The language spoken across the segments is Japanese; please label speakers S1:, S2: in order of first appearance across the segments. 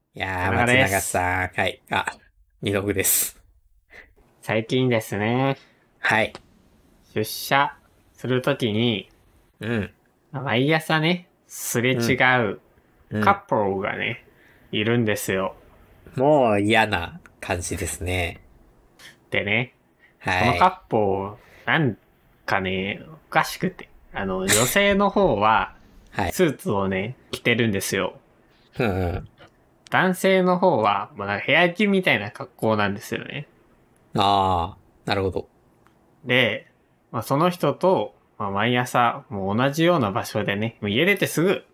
S1: 様です
S2: 松永さん。はい。あ、二度目です。
S1: 最近ですね、
S2: はい。
S1: 出社するときに、
S2: うん。
S1: 毎朝ね、すれ違う
S2: うん
S1: カップルがね、いるんですよ。
S2: もう嫌な感じですね。
S1: でね、こ
S2: は
S1: の
S2: い。
S1: カップル、なんかね、おかしくて。あの、女性の方は、
S2: はい。
S1: スーツをね、着てるんですよ。
S2: うんうん。
S1: 男性の方は、まあ、なんか部屋着みたいな格好なんですよね。
S2: ああ、なるほど。
S1: で、まあ、その人と、まあ、毎朝、もう同じような場所でね、もう家出てすぐ、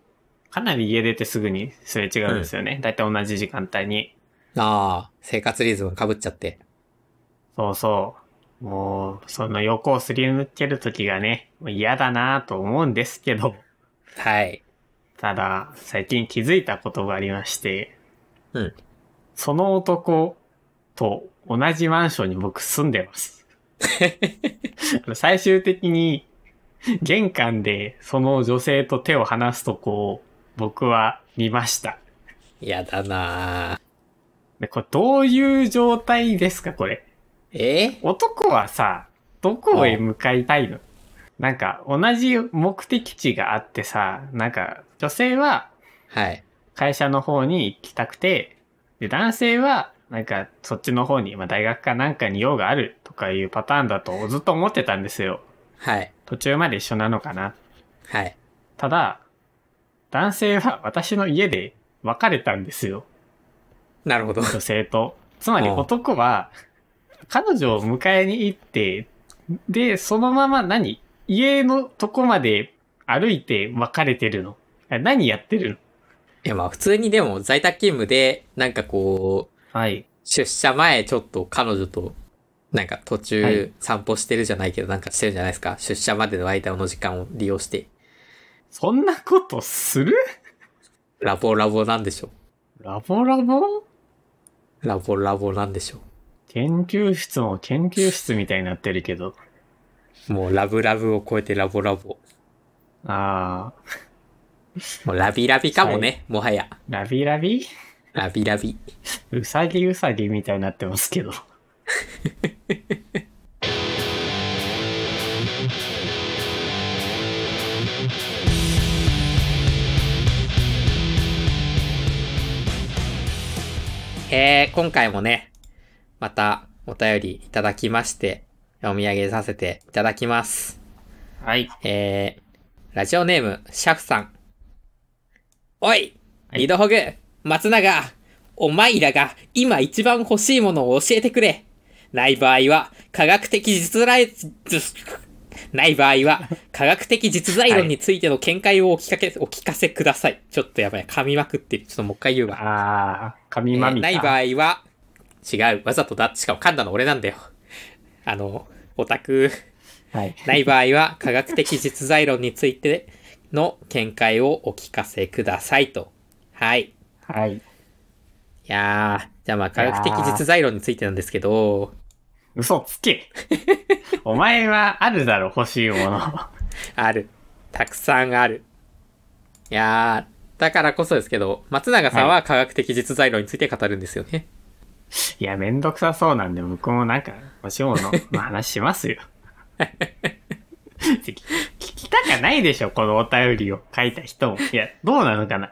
S1: かなり家出てすぐにすれ違うんですよね。だいたい同じ時間帯に。
S2: ああ、生活リズム被っちゃって。
S1: そうそう。もう、その横をすり抜ける時がね、もう嫌だなぁと思うんですけど、
S2: はい。
S1: ただ、最近気づいたことがありまして、
S2: うん。
S1: その男と同じマンションに僕住んで ます。あの最終的に、玄関でその女性と手を離すとこを僕は見ました。
S2: 嫌だなー
S1: でこれどういう状態ですかこれ。
S2: え
S1: 男はさ、どこへ向かいたいのなんか同じ目的地があってさ、なんか女性は
S2: はい。
S1: 会社の方に行きたくて、で、男性は、なんか、そっちの方に、まあ、大学かなんかに用があるとかいうパターンだとずっと思ってたんですよ。
S2: はい。
S1: 途中まで一緒なのかな。
S2: はい。
S1: ただ、男性は私の家で別れたんですよ。
S2: なるほど。
S1: 女性と。つまり
S2: うん
S1: 男は、彼女を迎えに行って、で、そのまま何家のとこまで歩いて別れてるの。何やってるの
S2: いやまあ普通にでも在宅勤務で、なんかこう、
S1: はい。
S2: 出社前ちょっと彼女と、なんか途
S1: はい
S2: 中散歩してるじゃないけど、なんかしてるんじゃないですか。出社までの間の時間を利用して、
S1: そんなことする
S2: ラボラボなんでしょ
S1: ラボラボ
S2: う。ラボラボなんでしょ
S1: 研究室も研究室みたいになってるけど。
S2: う。もうラブラブを超えてラボラボ。
S1: ああ、
S2: もうラビラビかもね、もはや。
S1: ラビラビ
S2: ラビラビ。
S1: うさぎうさぎみたいになってますけど。
S2: えー、今回もね、またお便りいただきまして、読み上げさせていただきます。
S1: はい。
S2: えー、ラジオネーム、シャフさん。おい
S1: はい
S2: 二度ほぐ松永お前らが今一番欲しいものを教えてくれない場合は、科学的実在、 ない場合は、科学的実在論についての見解をお聞かけ、お聞かせください。ちょっとやばい。噛みまくってる。ちょっともう一回言うわ。
S1: ああ、神ま
S2: えー
S1: みか、
S2: ない場合は、違う、わざとだ。しかも噛んだの俺なんだよ。あの、オタク。
S1: はい。
S2: ない場合は、科学的実在論についての見解をお聞かせくださいと。はい。い
S1: はい。
S2: やー、じゃあまあ、科学的実在論についてなんですけど、
S1: 嘘つけ お前はあるだろ、欲しいもの。
S2: ある。たくさんある。いやー、だからこそですけど、松永さんは科学的実在論について語るんですよね。
S1: いや、めんどくさそうなんで、僕もなんか、欲しいものの話しますよ。 聞きたかないでしょ、このお便りを書いた人も。いや、どうなのかな。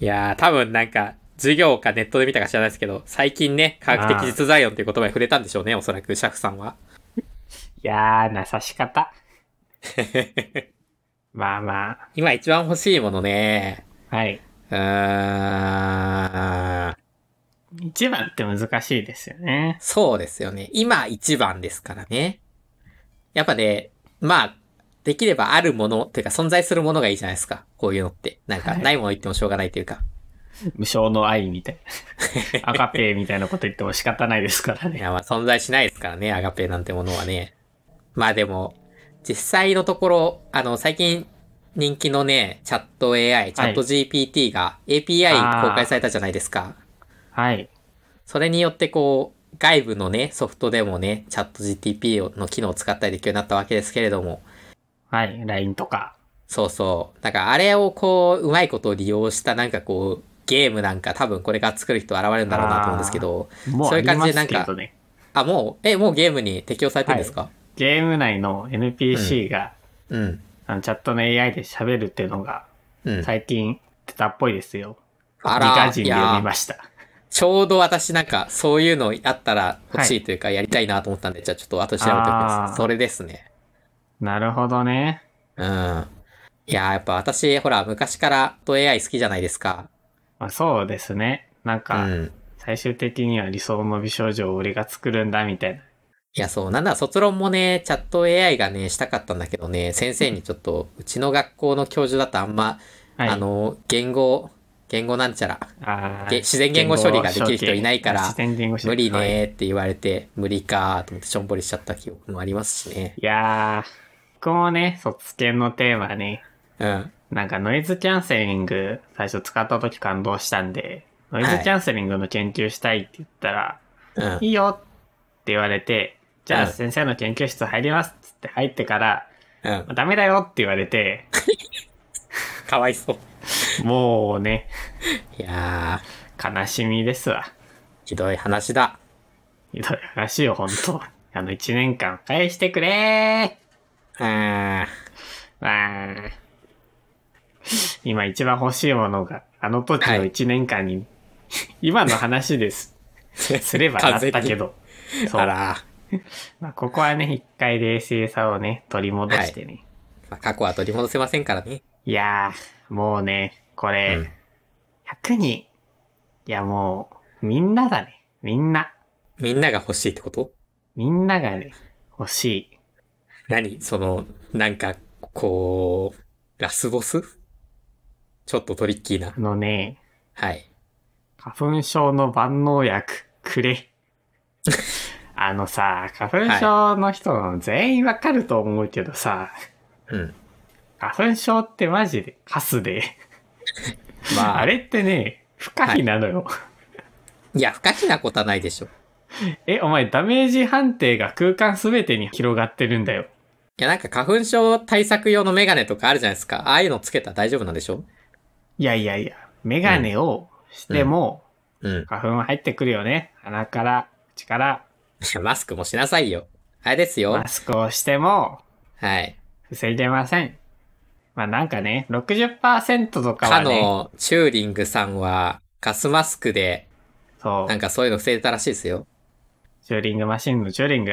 S2: いやー、多分なんか、授業かネットで見たか知らないですけど、最近ね、科学的実在論という言葉に触れたんでしょうね、おそらく、シャフさんは。
S1: いやーな刺し 方。まあまあ。
S2: 今一番欲しいものね。
S1: はい。
S2: うーん。
S1: 一番って難しいですよね。
S2: そうですよね。今一番ですからね。やっぱね、まあ、できればあるもの、っていうか存在するものがいいじゃないですか。こういうのって。なんか、
S1: はい
S2: ないもの言ってもしょうがないというか。
S1: 無償の 愛みたいな。赤ペーみたいなこと言っても仕方ないですから
S2: い
S1: ね。
S2: や、まあ存在しないですからね、アガペなんてものはね。まあでも、実際のところ、あの、最近人気のね、チャット AI、チャット GPT が API
S1: あー
S2: 公開されたじゃないですか。
S1: はい。
S2: それによってこう、外部のね、ソフトでもね、チャット GTP の機能を使ったりできるようになったわけですけれども、
S1: はい。LINE とか。
S2: そうそう。なんかあれをこう、うまいことを利用したなんかこう、ゲームなんか多分これから作る人現れるんだろうなと思うんですけど、
S1: もう
S2: そう
S1: あ
S2: いう
S1: り
S2: 感
S1: ま
S2: じ
S1: す
S2: でなんか
S1: けどね。
S2: あ、もう、え、もうゲームに適用されてるんですか、
S1: ゲーム内の NPC が、
S2: うん。
S1: あのチャットの AI で喋るっていうのが
S2: うん。
S1: 最近出たっぽいですよ。
S2: あ
S1: ギガ
S2: ら、
S1: 人
S2: い
S1: で読み
S2: や
S1: ました。
S2: ちょうど私なんかそういうのあったら欲しいというかやりたいなと思ったんで、じゃあちょっと後で調べておきま
S1: あー
S2: す。それですね。
S1: なるほどね。
S2: うん。いやー、やっぱ私、ほら、昔からと AI 好きじゃないですか。
S1: まあ、そうですね。なん
S2: う
S1: か、
S2: ん。
S1: 最終的には理想の美少女を俺が作るんだみたいな。
S2: いや、そう、なんなら卒論もね、チャット AI がね、したかったんだけどね、先生にちょっと、うちの学校の教授だとあんま、
S1: はい。
S2: あの、言語、言語なんちゃら、
S1: あー
S2: げ自然言語処理ができる人いないから
S1: 自然言語処
S2: 無
S1: 理
S2: 理ね。ーって言われて、無理かーと思ってしょんぼりしちゃった記憶もありますしね。
S1: いやー、僕もね、卒検のテーマね、
S2: うん。
S1: なんかノイズキャンセリング最初使った時感動したんで、ノイズ
S2: はい
S1: キャンセリングの研究したいって言ったら、
S2: うん
S1: い、。いよって言われて、じゃあ
S2: うん
S1: 先生の研究室入りますっつって入ってから、
S2: うん。
S1: ダメだよって言われて、
S2: かわいそう。
S1: もうね、
S2: いや
S1: 悲しみですわ。
S2: ー、ひどい話だ。
S1: ひどい話よ、ほんと。 あの、一年間返してくれ
S2: うーん。
S1: ーわー今一番欲しいものが、あの時の一年間に、今の話 です。すればなったけど。そう
S2: あ。らー。
S1: まあ、ここはね、一回冷静さをね、取り戻してね。
S2: まあ、過去は取り戻せませんからね。
S1: い、やー、もうね、これ、
S2: うん
S1: 100人。いや、もう、みんなだね。みんな。
S2: みんなが欲しいってこと
S1: みんながね、欲しい。
S2: 何その、なんか、こう、ラスボスちょっとトリッキーな
S1: あ。のね、
S2: はい。
S1: 花粉症の万能薬、くれ。 あのさ、花粉症の人の全員わかると思うけどさ、
S2: うん。
S1: 花粉症ってマジでカスで、
S2: まあ、
S1: あれってね、不可避なのよ。
S2: いや、不可避なことはないでしょ。
S1: え、お前ダメージ判定が空間すべてに広がってるんだよ。
S2: いや、なんか花粉症対策用のメガネとかあるじゃないですか。ああいうのつけたら大丈夫なんでしょ
S1: いやいやいや、メガネをしても、
S2: うん。
S1: 花粉は入ってくるよね。鼻から、口から、
S2: マスクもしなさいよ。あれですよ
S1: マ。スクをしても、
S2: はい。
S1: 防いでません。まあなんかね、60%とか
S2: か
S1: はね、
S2: のチューリングさんは、ガスマスクで、
S1: そう
S2: な、んかそういうの防いでたらしいですよ。
S1: チューリングマシンのチューリング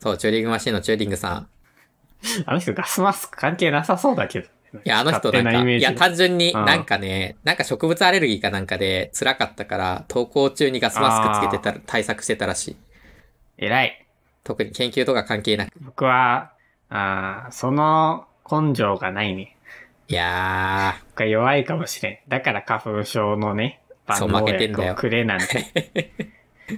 S2: そう、チューリングマシンのチューリングさん。
S1: あの人ガスマスク関係なさそうだけど。
S2: いや、あの人なん
S1: 勝手
S2: か、
S1: イメー
S2: い
S1: ジ
S2: や、単純に
S1: うん
S2: なんかね、なんか植物アレルギーかなんかで辛かったから、登校中にガスマスクつけてたら、対策してたらしい。
S1: 偉い。
S2: 特に研究とか関係なく。
S1: 僕は、あーその根性がないね。
S2: いや
S1: 僕は弱いかもしれん。だから花粉症のね、
S2: そう
S1: 万能
S2: 負けてんだよ
S1: 薬をくれなんて。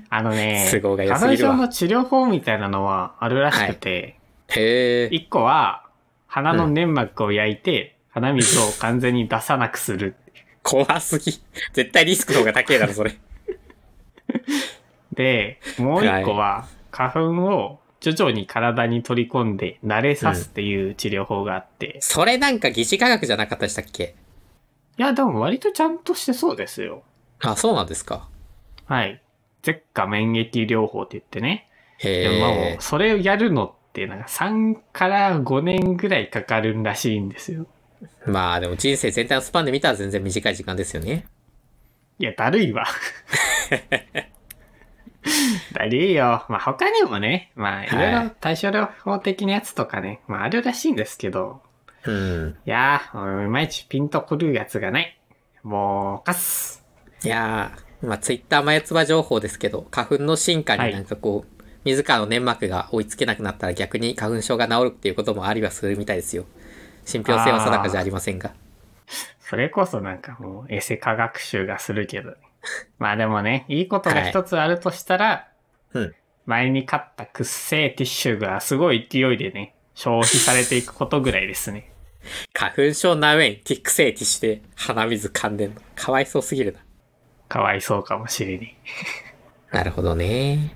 S1: あのね、
S2: 都合が良す
S1: 花粉
S2: ぎるわ
S1: 症の治療法みたいなのはあるらしくて、
S2: ー、へえ、
S1: 一個は、鼻の粘膜を焼いて、鼻水を完全に出さなくする。
S2: 怖すぎ。絶対リスクの方が高えだろ、そ れ。
S1: で、もう一個は、花粉を徐々に体に取り込んで慣れさすっていう治療法があって、い
S2: それなんか疑似科学じゃなかったでしたっけ
S1: や、でも割とちゃんとしてそうですよ。
S2: あ、そうなんですか。
S1: はい。舌下免疫療法って言ってね。でも
S2: へ
S1: もう、それをやるのって、なんか3から5年ぐらいかかるらしいんですよ。
S2: え。まあでも人生全体のスパンで見たら全然短い時間ですよね。
S1: いや、だるい わ。だるいよ。まあ他にもね、まあいろいろ対症療法的なやつとかね、まああるらしいんですけど、
S2: うん。
S1: いやー、うんいまいちピンとくるやつがない。もう、カス。
S2: いやー、まあ、ツイッター前つば情報ですけど、花粉の進化になんかこう、自らの粘膜が追いつけなくなったら逆に花粉症が治るっていうこともありはするみたいですよ。信憑性は定かじゃありませんが。
S1: それこそなんかもう、エセ科学習がするけど。まあでもね、いいことが一つあるとしたら、
S2: うん。
S1: 前に買ったくっせえティッシュがすごい勢いでね、消費されていくことぐらいですね。
S2: 花粉症な上にティックセイティッシュで鼻水噛んでんの。かわいそうすぎるな。
S1: かわいそうかもしれね
S2: なるほどね。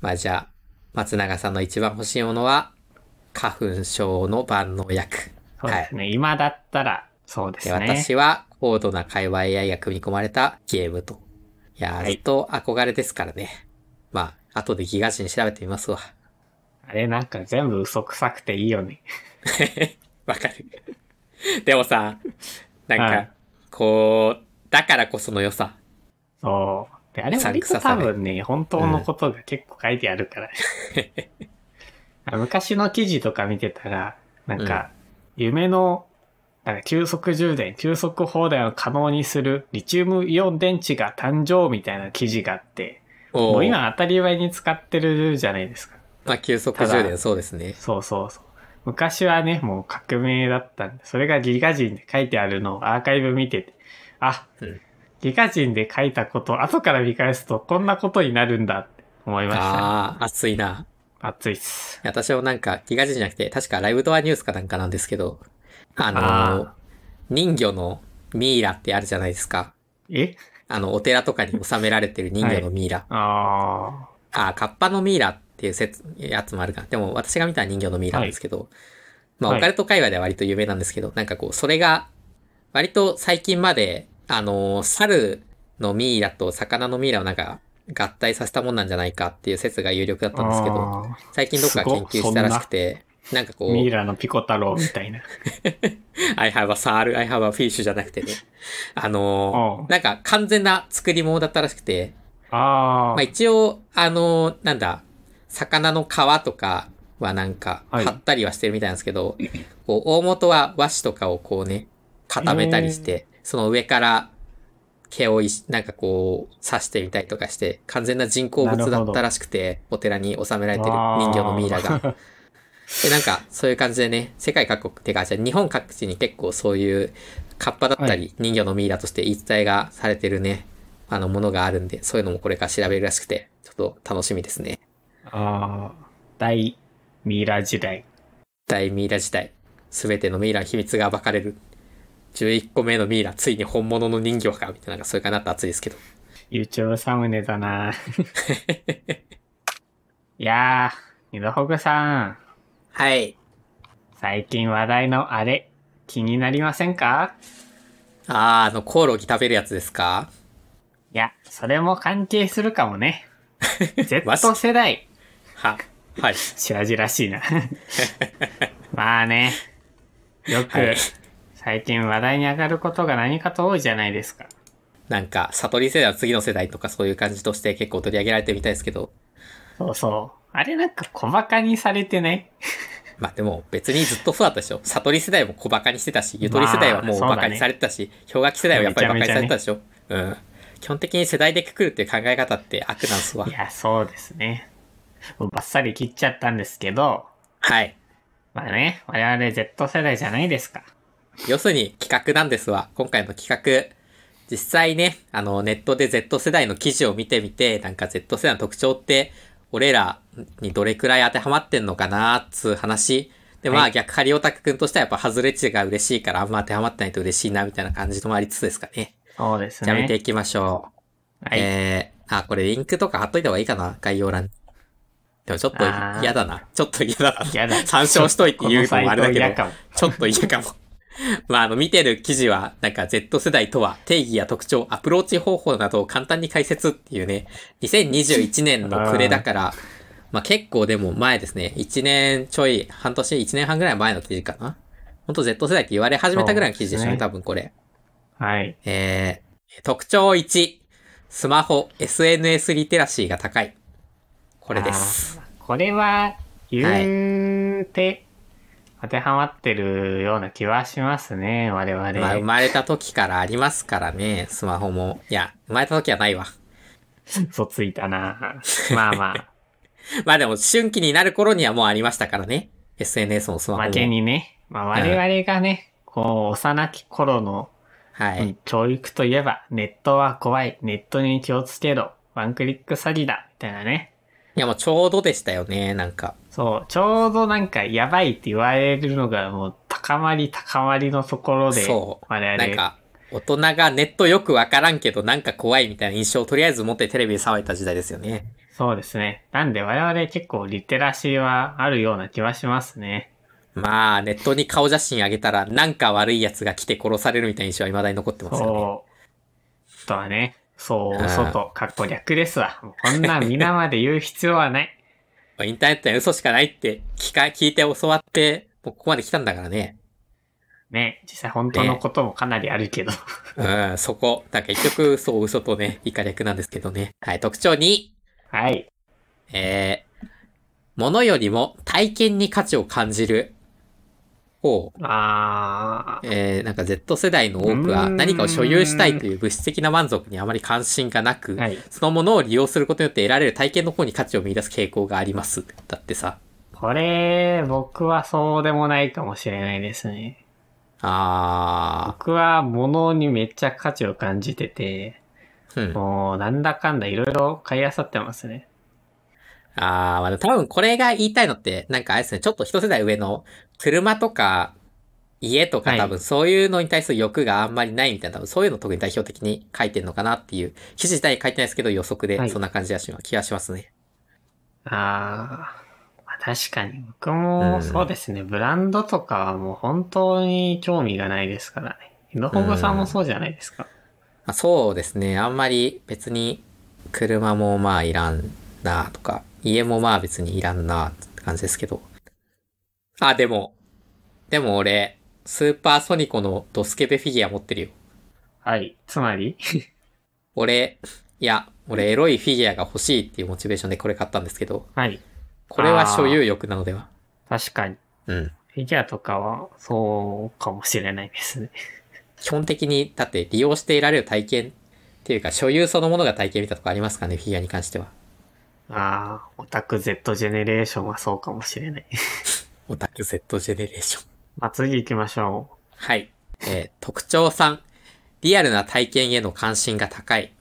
S2: まあじゃあ、松永さんの一番欲しいものは、花粉症の万能薬。
S1: え。そうですね。今だったら、そうです
S2: で、
S1: ね。
S2: 私は高度な会話 AI が組み込まれたゲームと。いや
S1: は
S2: ー、
S1: い
S2: ずっと憧れですからね。まあ、後でギガ人調べてみますわ。
S1: あれなんか全部嘘くさくていいよね。
S2: わかる。でもさ、なんか、
S1: はい
S2: こう、だからこその良さ。
S1: そう。で、あれ割と多分ね、本当のことが結構書いてあるから。昔の記事とか見てたら、なんか、夢の、なんか急速充電、急速放電を可能にするリチウムイオン電池が誕生みたいな記事があって、
S2: おー
S1: もう今当たり前に使ってるじゃないですか。
S2: まあ、急速
S1: ただ
S2: 充電、そうです ね。
S1: そうそうそう。昔はね、もう革命だったんで、それがギガ人で書いてあるのをアーカイブ見てて、あ、
S2: うん
S1: ギガ人で書いたこと、後から見返すとこんなことになるんだって思いました、ね。
S2: ああ、熱いな。
S1: 熱いっす。
S2: 私もなんか、ギガ人じゃなくて、確かライブドアニュースかなんかなんですけど、あのー
S1: あ
S2: 人魚のミイラってあるじゃないですか。
S1: え
S2: あの、お寺とかに収められてる人魚のミイラ。
S1: あ
S2: あ、カッパのミイラっていう説、やつもあるか。でも私が見たのは人魚のミイラなんですけど、まあ
S1: はい
S2: オカルト界隈では割と有名なんですけど、なんかこう、それが、割と最近まで、あのー猿のミイラと魚のミイラをなんか合体させたもんなんじゃないかっていう説が有力だっ
S1: ー。
S2: たんですけど、
S1: あ
S2: 最近どっか研究したらしくて、なんかこ
S1: ーミイ
S2: う、
S1: ラのピコ太郎みたいな。
S2: I have a sar, I have a fish じゃなくてね、あのー
S1: うん
S2: なんか完全な作り物だったらしくて、
S1: あ
S2: まあ、
S1: ー。
S2: 一応、あのーなんだ、魚の皮とかはなんか、
S1: はい
S2: 貼ったりはしてるみたいなんですけど、こう、大元は和紙とかをこうね、固めたりして、その上から毛をいしなんかこう、刺してみたりとかして、完全な人工物だったらしくて、お寺に収められてる
S1: わー
S2: 人魚のミイラが。で、なんか、そういう感じでね、世界各国、てか、じゃあ日本各地に結構そういう、カッパだった
S1: は
S2: り、人魚のミイラとして言い伝えがされてるね、あの、ものがあるんで、そういうのもこれから調べるらしくて、ちょっと楽しみですね。
S1: あー。大ミイラ時代。
S2: 大ミイラ自体、すべてのミイラの秘密が暴かれる。11個目のミイラ、ついに本物の人魚か、みたいな、なんかそういうかなって熱いですけど。
S1: YouTube サムネ だないやー、ニドホグさん、
S2: はい。
S1: 最近話題のあれ、気になりませんか
S2: あー、あの、コオロギ食べるやつですか
S1: いや、それも関係するか もね。
S2: マジ
S1: Z 世代、
S2: は、はい。
S1: 白々ら しいな。まあね、よく、
S2: はい
S1: 最近話題に上がることが何かと多いじゃないですか。
S2: なんか、悟り世代の次の世代とかそういう感じとして結構取り上げられてるみたいですけど、
S1: そうそう。あれなんか小馬鹿にされてない
S2: まあでも別にずっとそうだったでしょ。悟り世代も小馬鹿にしてたし、ゆとり世代はもう
S1: まあ
S2: 馬鹿にされてたし、氷河期世代はやっぱり馬鹿にされてたでしょ。うん。基本的に世代でくくるっていう考え方って悪なんすわ
S1: い。や、そうですね。もうバッサリ切っちゃったんですけど、
S2: はい。
S1: まあね、我々 Z 世代じゃないですか。
S2: 要するに企画なんですわ。今回の企画。実際ね、あの、ネットで Z 世代の記事を見てみて、なんか Z 世代の特徴って、俺らにどれくらい当てはまってんのかなーっつう話。で、ま
S1: は
S2: あ逆張りオタクくんとしてはやっぱ外れ値が嬉しいからあんま当てはまってないと嬉しいなみたいな感じもありつつですかね。
S1: そうです
S2: じゃあ見て
S1: ね。
S2: いきましょう。
S1: はい。
S2: えー、あ、これリンクとか貼っといた方がいいかな概要欄に。でもちょっと
S1: あー
S2: 嫌だな。ちょっと嫌だな。
S1: 嫌だ。
S2: 参照しといて言うのもあれだけど
S1: このサイト嫌かも
S2: ちょっと嫌かも。 まあ、あの、見てる記事は、なんか Z 世代とは定義や特徴、アプローチ方法などを簡単に解説っていうね、2021年の暮れだから、まあ結構でも前ですね、1年ちょい、半年、1年半ぐらい前の記事かな。ほんと Z 世代って言われ始めたぐらいの記事でしょう
S1: そう
S2: ね、
S1: です
S2: 多
S1: ね
S2: 分これ。
S1: はい。
S2: えー、特徴1、スマホ、SNS リテラシーが高い。これです。
S1: これは、言うて、当てはまってるような気はしますね、我々。
S2: まあ、生まれた時からありますからね、スマホも。いや、生まれた時はないわ。
S1: 嘘ついたな。 まあまあ、
S2: まあでも、春季になる頃にはもうありましたからね。SNS もスマホ
S1: 負
S2: も。
S1: けにね。まあ我々がね、こう、幼き頃の
S2: はい。
S1: うん教育といえば、ネットは怖い、ネットに気をつけろ、ワンクリック詐欺だ、みたいなね。
S2: いや、もうちょうどでしたよね、なんか。
S1: そう、ちょうどなんかやばいって言われるのがもう高まり高まりのところで、
S2: そう
S1: 我
S2: なん
S1: 々
S2: か、大人がネットよくわからんけど、なんか怖いみたいな印象をとりあえず持ってテレビで騒いだ時代ですよね。
S1: そうですね。なんで我々結構リテラシーはあるような気はしますね。
S2: まあ、ネットに顔写真あげたら、なんか悪い奴が来て殺されるみたいな印象は未だに残ってますよね。
S1: そう。だね。そうう、
S2: ん
S1: 外、かっこ略ですわ。もうこんなん皆まで言う必要はない。
S2: まあインターネットには嘘しかないって聞か、聞いて教わって、もうここまで来たんだからね。
S1: ね、実際本当のこともかなりあるけど。
S2: うん、そこ。なんか結局、嘘を嘘とね、以下略なんですけどね。はい、特徴2。
S1: はい。
S2: えー、物よりも体験に価値を感じる。ほう。
S1: あー
S2: えー、なんか Z 世代の多くは
S1: うーん
S2: 何かを所有したいという物質的な満足にあまり関心がなく、
S1: はい。
S2: そのものを利用することによって得られる体験の方に価値を見出す傾向があります。だってさ。
S1: これ、僕はそうでもないかもしれないですね。
S2: あ
S1: 僕は物にめっちゃ価値を感じてて、
S2: ー。うん。
S1: もうなんだかんだいろいろ買い漁ってますね。
S2: あー、まあ、多分これが言いたいのって、なんかあれですね、ちょっと一世代上の車とか家とか
S1: はい
S2: 多分そういうのに対する欲があんまりないみたいな、多分そういうの特に代表的に書いてるのかなっていう、記事自体書いてないですけど予測
S1: は
S2: で
S1: い
S2: そんな感じがします、気がしますね。
S1: あーまあ、確かに僕
S2: うん
S1: もそうですね、ブランドとかはもう本当に興味がないですからね。井戸保さんもそうじゃないですか。
S2: まあ、そうですね、あんまり別に車もまあいらんなとか、家もまあ別にいらんなって感じですけど。あ、でも、でも俺、スーパーソニコのドスケベフィギュア持ってるよ。
S1: はい。つまり、
S2: 俺、いや、俺エロいフィギュアが欲しいっていうモチベーションでこれ買ったんですけど、
S1: はい。
S2: これは所有欲なのでは。
S1: 確かに。
S2: うん。
S1: フィギュアとかはそうかもしれないですね。
S2: 基本的に、だって利用して得られる体験っていうか、所有そのものが体験見たいなとこありますかね、フィギュアに関しては。
S1: ああ、オタク Z ジェネレーションはそうかもしれない。
S2: オタク Z ジェネレーション。
S1: まあ、次行きましょ
S2: はい。えー、特徴3。リアルな体験への関心が高い。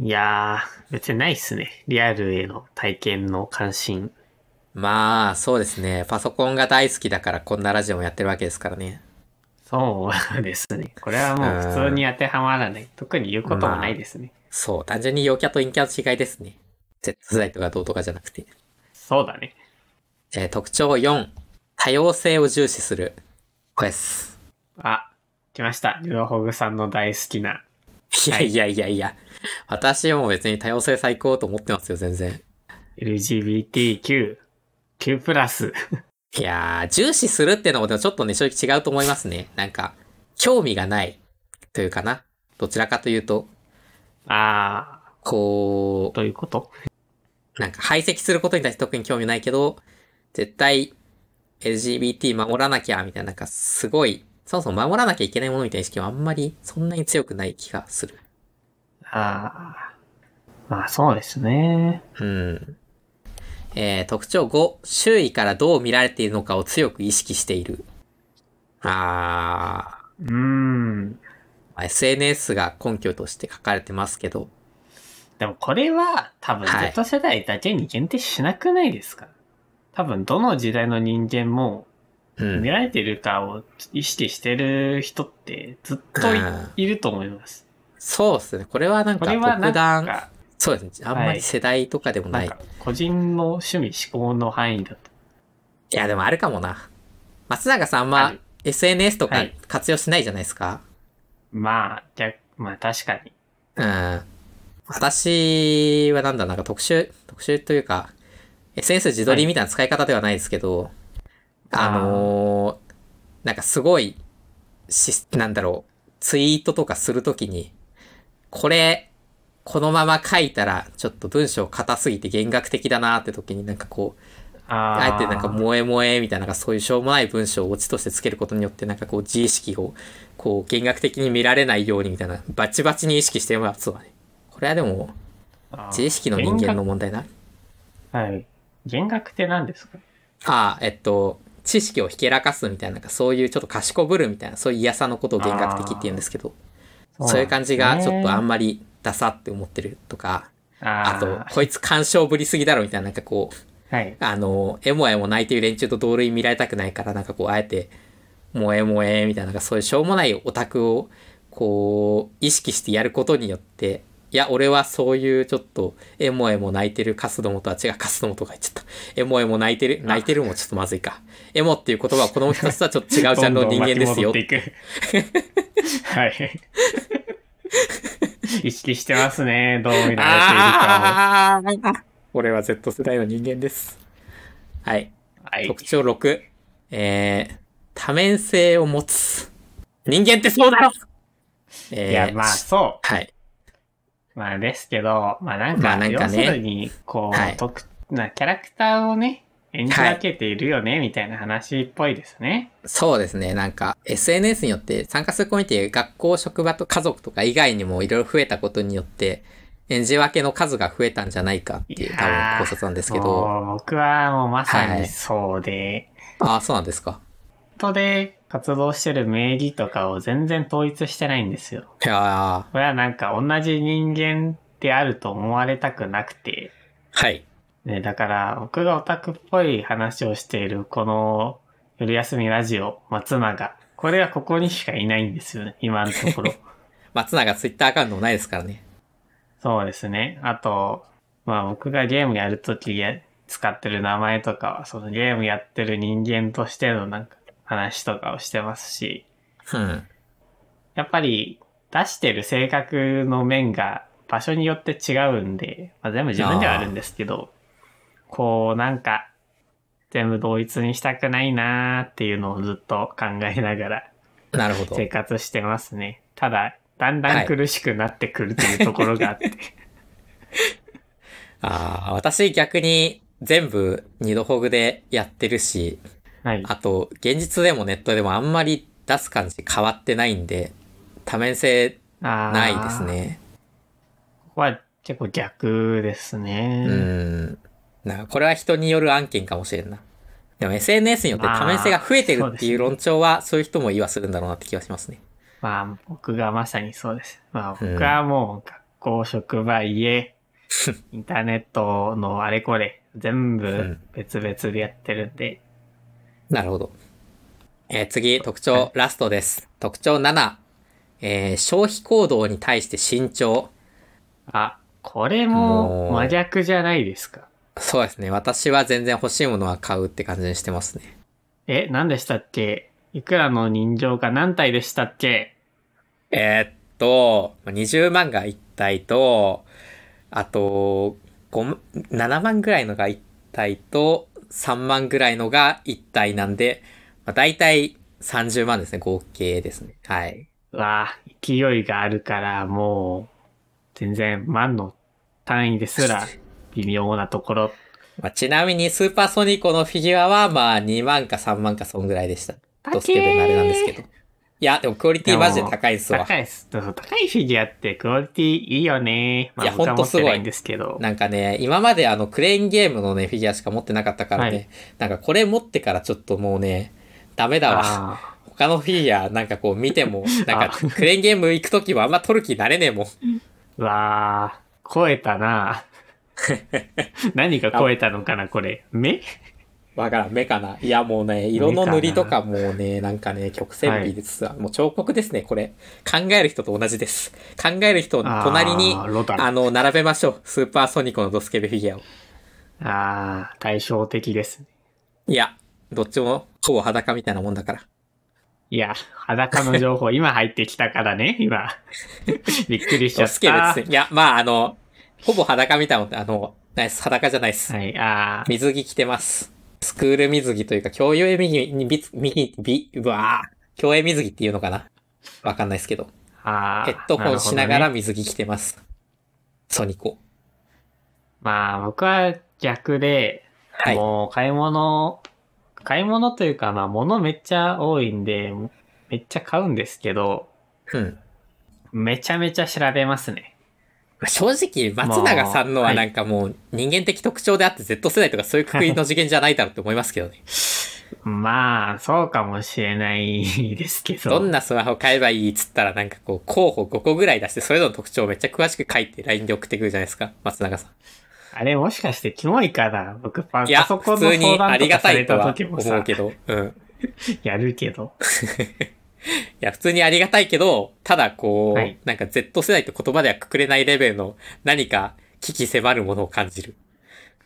S1: う。いやー、別にないっすね。リアルへの体験の関心。
S2: まあ、そうですね。パソコンが大好きだから、こんなラジオもやってるわけですからね。
S1: そうですね。これはもう普通に当てはまらない。特に言うこともないですね。
S2: そう、単純に陽キャと陰キャの違いですね。Z 世代とかどうとかじゃなくて。
S1: そうだね。
S2: えー特徴4、多様性を重視する。これです。
S1: あ、来ました。ルドホグさんの大好きな。
S2: いやいやいやいや。私はもう別に多様性最高と思ってますよ、全然。
S1: LGBTQ、Q+. プラス。
S2: いやー、重視するってのもでもちょっとね、正直違うと思いますね。なんか、興味がない。というかな。どちらかというと、
S1: あ
S2: こ
S1: ー、どういうこと
S2: う、なんか排斥することに対して特に興味ないけど、絶対 LGBT 守らなきゃ、みたいな、なんかすごい、そもそも守らなきゃいけないものみたいな意識はあんまりそんなに強くない気がする。
S1: あー、まあそうですね。
S2: うん。えー、特徴5、周囲からどう見られているのかを強く意識している。あー
S1: うーん。
S2: まあ、SNS が根拠として書かれてますけど、
S1: でもこれは多分
S2: はい
S1: Z 世代だけに限定しなくないですか、多分どの時代の人間も
S2: う
S1: 見
S2: ん。
S1: られてるかを意識してる人ってずっとい,、
S2: うん
S1: ると思います。
S2: そうですね。これはなん
S1: こ
S2: か
S1: れはな
S2: 特
S1: んか
S2: 段、そうですね。あんまり世代とかでも
S1: な
S2: なんい。
S1: か個人の趣味思考の範囲だと。
S2: いや、でもあるかもな。松永さんあん
S1: あ
S2: ま
S1: る
S2: SNS と
S1: は
S2: か
S1: い
S2: 活用しないじゃないですか。
S1: まあ、じゃ、まあ確かに。
S2: うん。私はなんだ、なんか特集、特集というか、SNS 自撮りみたいな使い方ではないですけど、あ
S1: あー
S2: のーなんかすごい、し、なんだろう、ツイートとかするときに、これ、このまま書いたら、ちょっと文章硬すぎて弦楽的だなって時になんかこう、
S1: あ
S2: あ
S1: ー
S2: えてなんか萌え萌えみたいな、なんかそういうしょうもない文章をオチとしてつけることによって、なんかこう自意識を、こう弦楽的に見られないようにみたいな、バチバチに意識してますわね。これはでも、
S1: あー
S2: 自意識の人間の問題な。
S1: 弦楽はい。弦楽って何ですか
S2: ああ、えっと、知識をひけらかすみたいな、なんかそういうちょっと賢ぶるみたいな、そういう嫌さのことを幻覚的って言うんですけど、そういう感じがちょっとあん
S1: ま、
S2: まりダサって思ってるとか、あ
S1: あー
S2: と、こいつ干渉ぶりすぎだろみたいな、なんかこう、
S1: はい。
S2: あの、エモエモ泣いてる連中と同類見られたくないから、なんかこう、あえて、萌え萌えみたいな、なんかそういうしょうもないオタクを、こう、意識してやることによって、いや、俺はそういうちょっと、エモエモ泣いてるカスどもとは違う、カスどもとか言っちゃった。エモエモ泣いてる、泣いてるもちょっとまずいか。エモっていう言葉は子供一つとはちょっと違うジャンルの人間ですよ
S1: どんどん巻。き戻っていく はい。意識してますね、どう見ら
S2: ああ 俺は Z 世代の人間です。はい。
S1: れているかを。は
S2: 特徴6。えー、多面性を持つ。人間ってそうだろえ
S1: い。
S2: ー、
S1: いや、まあ、そ
S2: はい。
S1: う。まあ、ですけど、まあ、なん
S2: まあ
S1: か、
S2: なんか
S1: 要す
S2: ね
S1: るに、こう、
S2: はい
S1: 特なキャラクターをね、演じ分けているよね、みたいな話っぽいですね。
S2: そうですね。なんか、SNS によって参加するコミュニティ、学校、職場と家族とか以外にもいろいろ増えたことによって、演じ分けの数が増えたんじゃないかってい
S1: いうやー
S2: 多分考察なんですけど。
S1: もう僕はもうまさ
S2: はい
S1: にそうで、
S2: ああ、そうなんですか。
S1: ネットで活動してる名義とかを全然統一してないんですよ。
S2: いや
S1: これはなんか同じ人間であると思われたくなくて、
S2: ーはい。
S1: ね、だから僕がオタクっぽい話をしているこの夜休みラジオ、松永。これはここにしかいないんですよね、今のところ。
S2: 松永ツイッターアカウントもないですからね。
S1: そうですね。あと、まあ僕がゲームやるときや使ってる名前とかは、そのゲームやってる人間としてのなんか話とかをしてますし、
S2: うん。
S1: やっぱり出してる性格の面が場所によって違うんで、まあ、全部自分ではあるんですけど、こうなんか全部同一にしたくないなーっていうのをずっと考えながら
S2: なるほど。
S1: 生活してますね。ただ、だん
S2: は
S1: だ
S2: い
S1: ん苦しくなってくるというところがあって。
S2: ああ、私逆に全部二度ホグでやってるし、
S1: はい。
S2: あと、現実でもネットでもあんまり出す感じ変わってないんで、多面性な
S1: ない
S2: です。ね。
S1: ここは結構逆ですね。
S2: うん。なんかこれは人による案件かもしれんな。でも SNS によって多面性が増えてるっていう
S1: まあ
S2: 論調は、そういう人も言いはするんだろうなって気がしますね。
S1: まあ、僕がまさにそうです。まあ、
S2: うん
S1: 僕はもう学校、職場、 家、インターネットのあれこれ、全部別々でやってるんで、
S2: なるほど。えー次、特徴、ラストです。特徴7。えー消費行動に対して慎重。
S1: あ、これ
S2: も
S1: も
S2: う
S1: 真逆じゃないですか。
S2: そうですね。私は全然欲しいものは買うって感じにしてますね。
S1: え、何でしたっけいくらの人情が何体でしたっけ
S2: えーっと、20万が1体と、あと、5 7万ぐらいのが1体と、3万ぐらいのが1体なんで、まあ、大体30万ですね、合計ですね。はい。
S1: うわあ勢いがあるから、もう、全然万の単位です ら微妙なところ。
S2: まあ、ちなみに、スーパーソニコのフィギュアは、まあ、2万か3万か、そんぐらいでした。ドスケベなあれなんですけど。いや、でもクオリティマジで高いですわ。
S1: 高いです。そう高いフィギュアってクオリティいいよね。ま
S2: い
S1: あ、
S2: や
S1: 僕は
S2: ほんと
S1: 持っ
S2: すごい
S1: てないんですけど。
S2: なんかね、今まであのクレーンゲームのね、フィギュアしか持ってなかったからね、
S1: はい
S2: なんかこれ持ってからちょっともうね、ダメだわ。
S1: あ
S2: 他のフィギュアなんかこう見ても、なんか
S1: あ
S2: クレーンゲーム行くときはあんま取る気になれねえもん。
S1: ーうわあ、超え たな。何が超えたのかな、これ。目
S2: わからん、目かな。いやもうね、色の塗りとかもうね、なんかね、曲線美ですわ。もう彫刻ですね、これ。考える人と同じです。考える人の隣に、
S1: あ
S2: あ
S1: ーロダン
S2: の、並べましょう。スーパーソニコのドスケベフィギュアを。
S1: ああ、対照的ですね。
S2: いや、どっちもほぼ裸みたいなもんだから。
S1: いや、裸 の情報、今入ってきたからね、今。びっくりしち
S2: ド
S1: ゃっ
S2: スケベで
S1: た。
S2: すね。いや、まあ、あの、ほぼ裸みたいなもんで、あの、ナイス、裸じゃないっす。
S1: はい、あー
S2: 水着着てます。スクール水着というか、共有水着に、び、み、び、うわぁ。共栄水着っていうのかなわかんないですけど。
S1: あ
S2: ヘ
S1: ー。
S2: ッドホンしなが
S1: るほど
S2: ら
S1: ね
S2: 水着着てます。ソニコ。
S1: まあ、僕は逆で、
S2: はい。
S1: もう買い物、買い物というか、まあ物めっちゃ多いんで、めっちゃ買うんですけど、
S2: うん。
S1: めちゃめちゃ調べますね。
S2: まあ正直、松永さんのは
S1: はい
S2: なんかもう人間的特徴であって Z 世代とかそういうくくりの次元じゃないだろうって思いますけど ね。
S1: まあ、そうかもしれないですけ
S2: ど
S1: ど
S2: ん、なスマホ買えばいいっつったらなんかこう候補5個ぐらい出してそれぞれの特徴をめっちゃ詳しく書いて LINE で送ってくるじゃないですか。松永さん。
S1: あれもしかしてキモいかな僕パ
S2: いや、
S1: パソコ
S2: 普
S1: ンの
S2: 通に
S1: 相
S2: あ
S1: 談
S2: り
S1: と
S2: が
S1: か
S2: た
S1: さ
S2: い
S1: れ
S2: と
S1: た
S2: は
S1: 時も
S2: 思う
S1: さ
S2: け、ど。うん。
S1: やるけど。
S2: や、普通にありがたいけど、ただこう、
S1: はい
S2: なんか Z 世代って言葉ではくくれないレベルの何か危機迫るものを感じる。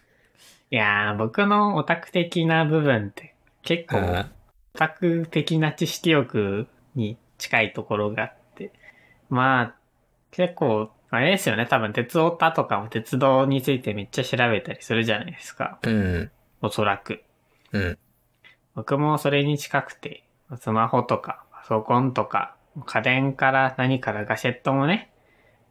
S1: いやー、僕のオタク的な部分って、結構、
S2: あ
S1: オタク的な知識欲に近いところがあって、まあ、結構、あれですよね、多分、鉄オタとかも鉄道についてめっちゃ調べたりするじゃないですか。
S2: ーうん。
S1: おそらく。
S2: うん。
S1: 僕もそれに近くて、スマホとか、パソコンとか、家電から何からガジェットもね、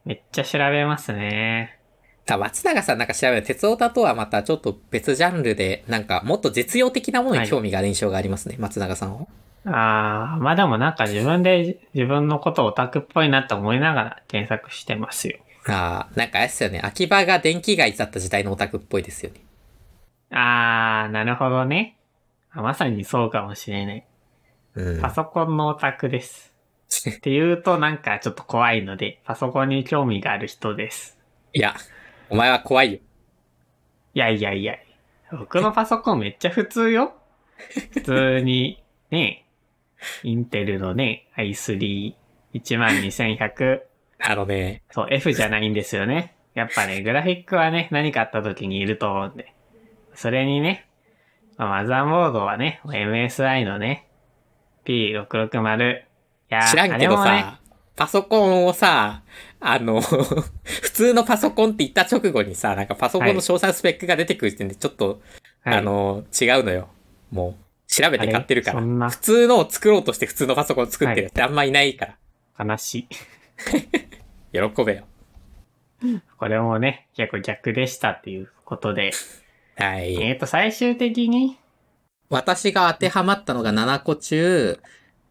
S1: めっちゃ調べますね。
S2: た松永さんなんか調べた鉄オタとはまたちょっと別ジャンルで、なんかもっと実用的なものに興味がある印象がありますね、松永さんは。
S1: あー、まあでもなんか自分で自分のことオタクっぽいなと思いながら検索してますよ。
S2: ああ、なんかあれですよね、秋葉が電気街だった時代のオタクっぽいですよね。
S1: あー、なるほどね。あまさにそうかもしれない。
S2: うん。
S1: パソコンのオタクです。って言うとなんかちょっと怖いので、パソコンに興味がある人です。
S2: いや、お前は怖いよ。
S1: いやいやいや。僕のパソコンめっちゃ普通よ。普通に、ね、インテルのね、i3、12100。
S2: あのね、
S1: そう、F じゃないんですよね。やっぱね、グラフィックはね、何かあった時にいると思うんで。それにね、まあマザーボードはね、MSI のね、P660。いやー
S2: 知らんけど
S1: あれもね
S2: さ、パソコンをさ、あの、 普通のパソコンって言った直後にさ、なんかパソコンの詳細スペックが出てくる時点でちょっと、
S1: はい
S2: あの、違うのよ。もう、調べて買ってるか
S1: あれそん
S2: ら。
S1: な
S2: 普通のを作ろうとして普通のパソコンを作ってるってあんまいないか
S1: 悲しい。
S2: ら。喜べよ。
S1: これもね、結構逆でしたっていうことで。
S2: はい。
S1: えっと、最終的に、
S2: 私が当てはまったのが7個中、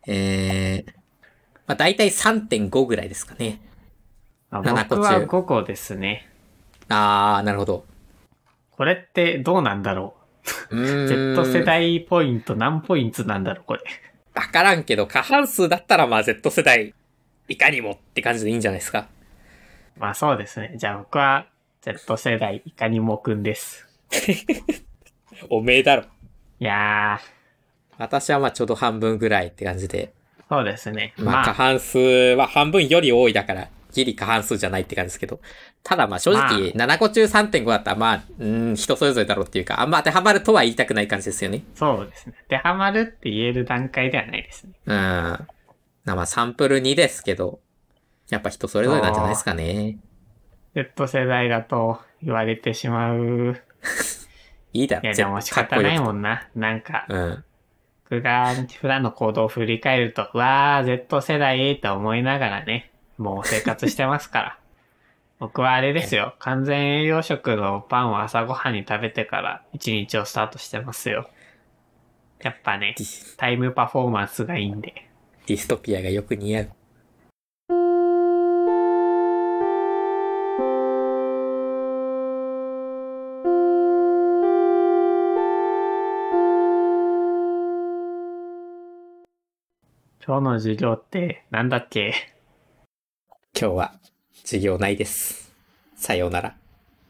S2: えー、まあ、大体3.5ぐらいですかね。
S1: あ
S2: 七個
S1: 僕は
S2: 中
S1: 5個ですね。
S2: あー、なるほど。
S1: これってどうなんだろ
S2: う
S1: う
S2: ーん
S1: ?Z 世代ポイント何ポイントなんだろうこれ。
S2: わからんけど、過半数だったらまあ Z 世代、いかにもって感じでいいんじゃないですか。
S1: まあそうですね。じゃあ僕は Z 世代いかにもくんです。
S2: おめえだろ。
S1: いや
S2: 私はまあちょうど半分ぐらいって感じで。
S1: ー、そうですね。
S2: ま
S1: ま
S2: あ過
S1: あ、
S2: 半数は半分より多いだから、ギリ過半数じゃないって感じですけど。ただまあ正
S1: まあ
S2: 直、7個中3.5だったらまあ、うーん、人それぞれだろうっていうか、あんま当てはまるとは言いたくない感じですよね。
S1: そうですね。当てはまるって言える段階ではないですね。
S2: うん。まあサンプル2ですけど、やっぱ人それぞれなんじゃないですかね。
S1: Z 世代だと言われてしまう。
S2: いいだ
S1: い
S2: ろ、
S1: や、でも仕方ないもんな。なんか
S2: う、ん。
S1: 僕が普段の行動を振り返ると、うわー、Z 世代って思いながらね、もう生活してますから。 僕はあれですよ。完全栄養食のパンを朝ごはんに食べてから一日をスタートしてますよ。やっぱね
S2: デ、ィ
S1: タイムパフォーマンスがいいんで。
S2: ディストピアがよく似合う。
S1: 今日の授業ってなんだっけ
S2: 今日は授業ないです。さようなら。